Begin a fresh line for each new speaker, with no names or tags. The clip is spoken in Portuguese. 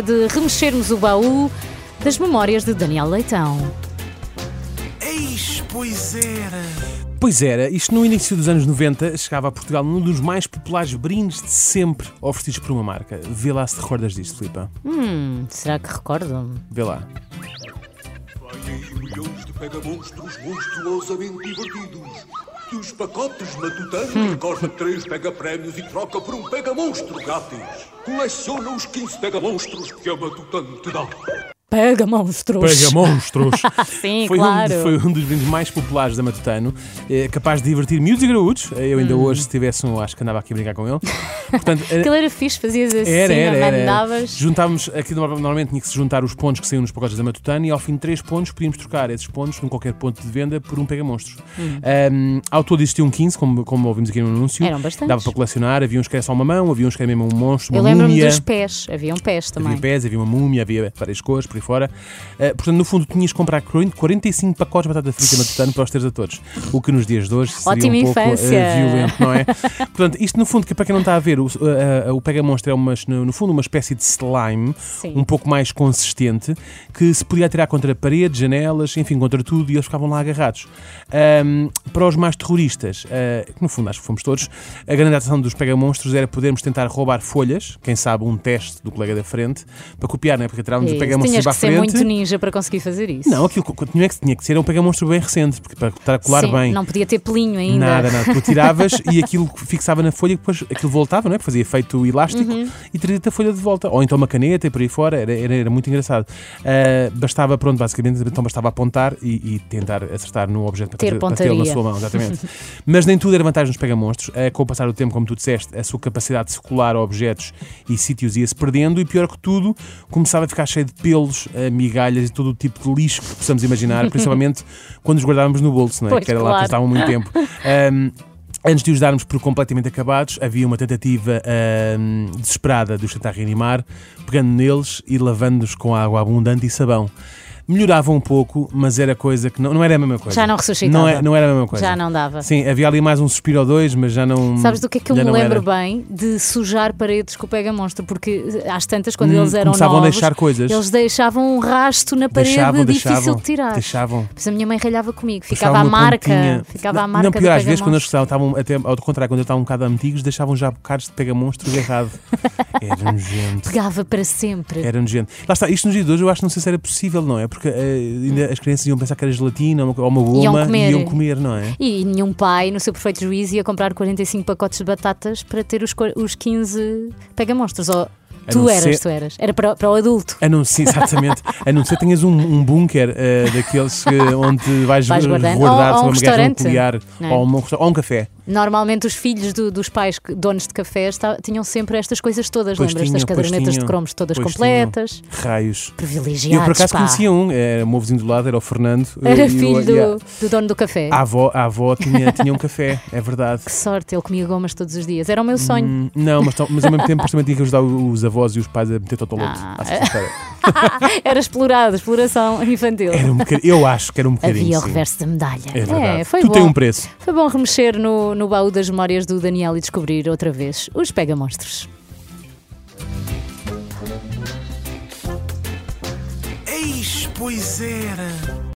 de remexermos o baú das memórias de Daniel Leitão.
Eis, pois era!
Pois era, isto no início dos anos 90 chegava a Portugal num dos mais populares brindes de sempre oferecidos por uma marca. Vê lá se te recordas disto, Filipa.
Hum, será que recordo?
Vê lá.
Vêm milhões de pegamonstros monstruosamente divertidos. Dos pacotes matutanos, recorre três pega-prémios e troca por um pega-monstro grátis. Coleciona os 15 pega-monstros que a matutana te dá.
Pega é, monstros!
Pega monstros!
Ah, Sim,
foi,
claro.
um, foi um dos brindes mais populares da Matutano, eh, capaz de divertir miúdos e graúdos. Eu ainda hoje, se tivesse um, acho que andava aqui a brincar com ele. Portanto, era-
Aquilo era fixe, fazias assim,
Era, era, era. era.
mandavas.
Juntávamos, aqui no- normalmente tinha que se juntar os pontos que saíam nos pacotes da Matutana e ao fim de três pontos podíamos trocar esses pontos num qualquer ponto de venda por um pega-monstros.
Hum.
Um, ao todo existiam 15, como, como ouvimos aqui no anúncio.
Eram bastantes.
Dava para colecionar, havia uns que era só uma mão, havia uns que era mesmo um monstro,
Eu
uma
lembro-me
múmia.
dos pés, haviam pés também.
Havia pés, havia uma múmia, havia várias cores por aí fora. Uh, portanto, no fundo, tinhas que comprar 45 pacotes de batata frita matutano para os teres a todos. O que nos dias de hoje seria
Ótima
um pouco uh,
infância.
violento, não é? portanto, isto no fundo, que é para quem não está a ver, o, uh, uh, o Pega Monstro é uma, no no fundo uma espécie de slime,
Sim.
um pouco mais consistente, que se podia atirar contra paredes, janelas, enfim, contra tudo e eles ficavam lá agarrados. Um, para os mais terroristas, uh, que no fundo acho que fomos todos, a grande atração dos Pega Monstros era podermos tentar roubar folhas, quem sabe um teste do colega da frente, para copiar, não é? Porque atirávamos o
Isso,
Pega
Tinhas
Monstro à
que ser
frente.
muito ninja para conseguir fazer isso.
Não, aquilo que tinha que, tinha que ser era um pega-monstro bem recente, porque para estar a colar
Sim,
bem.
Não podia ter pelinho ainda.
Nada, nada. Tu tiravas e aquilo que fixava na folha, depois aquilo voltava, não é? Porque fazia efeito elástico
Uhum.
e trazia-te a folha de volta. Ou então uma caneta e por aí fora, era, era, era muito engraçado. Ah, bastava, pronto, basicamente, então bastava apontar e, e tentar acertar no objeto para
Ter
ter- para tê-lo na
pontaria.
sua mão, exatamente. Mas nem tudo era vantagem nos pegamonstros. Ah, com o passar do tempo, como tu disseste, a sua capacidade de se colar a objetos e sítios ia-se perdendo e, pior que tudo, começava a ficar cheio de pelos, ah, migalhas e todo o tipo de lixo que possamos imaginar, principalmente quando os guardávamos no bolso, não é?
Pois,
que era lá
claro.
que estavam muito tempo. Ahm, Antes de os darmos por completamente acabados, havia uma tentativa ahm, desesperada de os tentar reanimar, pegando neles e lavando-os com água abundante e sabão. Melhorava um pouco, mas era coisa que não, não era a mesma coisa.
Já não ressuscitava.
Não, é- não era a mesma coisa.
Já não dava.
Sim, havia ali mais um suspiro ou dois, mas já não.
Sabes do que é que eu
Hum, já
me
não
lembro
era.
bem? De sujar paredes com o pega-monstro, porque eh, às tantas, quando
Hum,
eles eram
começavam a
novos,
deixar coisas.
eles deixavam um rasto na parede
Deixavam,
difícil
deixavam,
de tirar.
deixavam.
Pois a minha mãe ralhava comigo,
Deixava
ficava à
uma
marca,
pontinha.
ficava à
Não,
marca
Não, pior,
do
às vezes quando eles
pega-monstro.
estavam, até ao contrário, quando eles estavam um bocado antigos, deixavam já bocados de pega-monstro errado. Era um nojento.
Pegava para sempre.
Era um nojento. Lá está, isto nos dias de hoje eu acho que não sei se era possível, não é? Porque eh, ainda as crianças iam pensar que era gelatina ou uma, ou uma goma
Iam comer.
e iam comer, não é?
E nenhum pai, no seu perfeito juízo, ia comprar 45 pacotes de batatas para ter os, cor- os 15 pega-monstros. Ou tu
não
eras,
ser-
tu eras. Era para, o- para o adulto.
A não ser, exatamente, a não ser que tenhas um, um bunker eh, daqueles que- onde vais,
Vais guardando.
guardar
Ou- ou
sobre
um
uma guerra
restaurante,
nuclear
não é?
ou, uma, ou um café.
Normalmente os filhos do- dos pais que- donos de cafés ta- tinham sempre estas coisas todas,
Pois
lembras? das
tinham, pois
cadernetas de
tinham,
cromos todas
pois
completas.
tinham. Raios.
Privilegiados,
Eu por acaso
pá.
conhecia um, era o meu vizinho do lado, era o Fernando.
Era
e eu-
filho do,
yeah. Ah.
do dono do café.
A avó, a avó tinha, tinha um café, é verdade.
Que sorte, ele comia gomas todos os dias. Era o meu sonho.
Hum, Não, mas, to- mas ao mesmo tempo depois também tinha que ajudar os avós e os pais a meter totolote
Ah.
à sexta-feira.
Era explorado, exploração infantil.
Era um bocadinho, eu acho que era um bocadinho.
Havia o
sim.
reverso da medalha.
É verdade.
foi
tu
bom.
tem um preço.
Foi bom remexer no, no baú das memórias do Daniel e descobrir outra vez os pega-monstros.
Eis, pois era!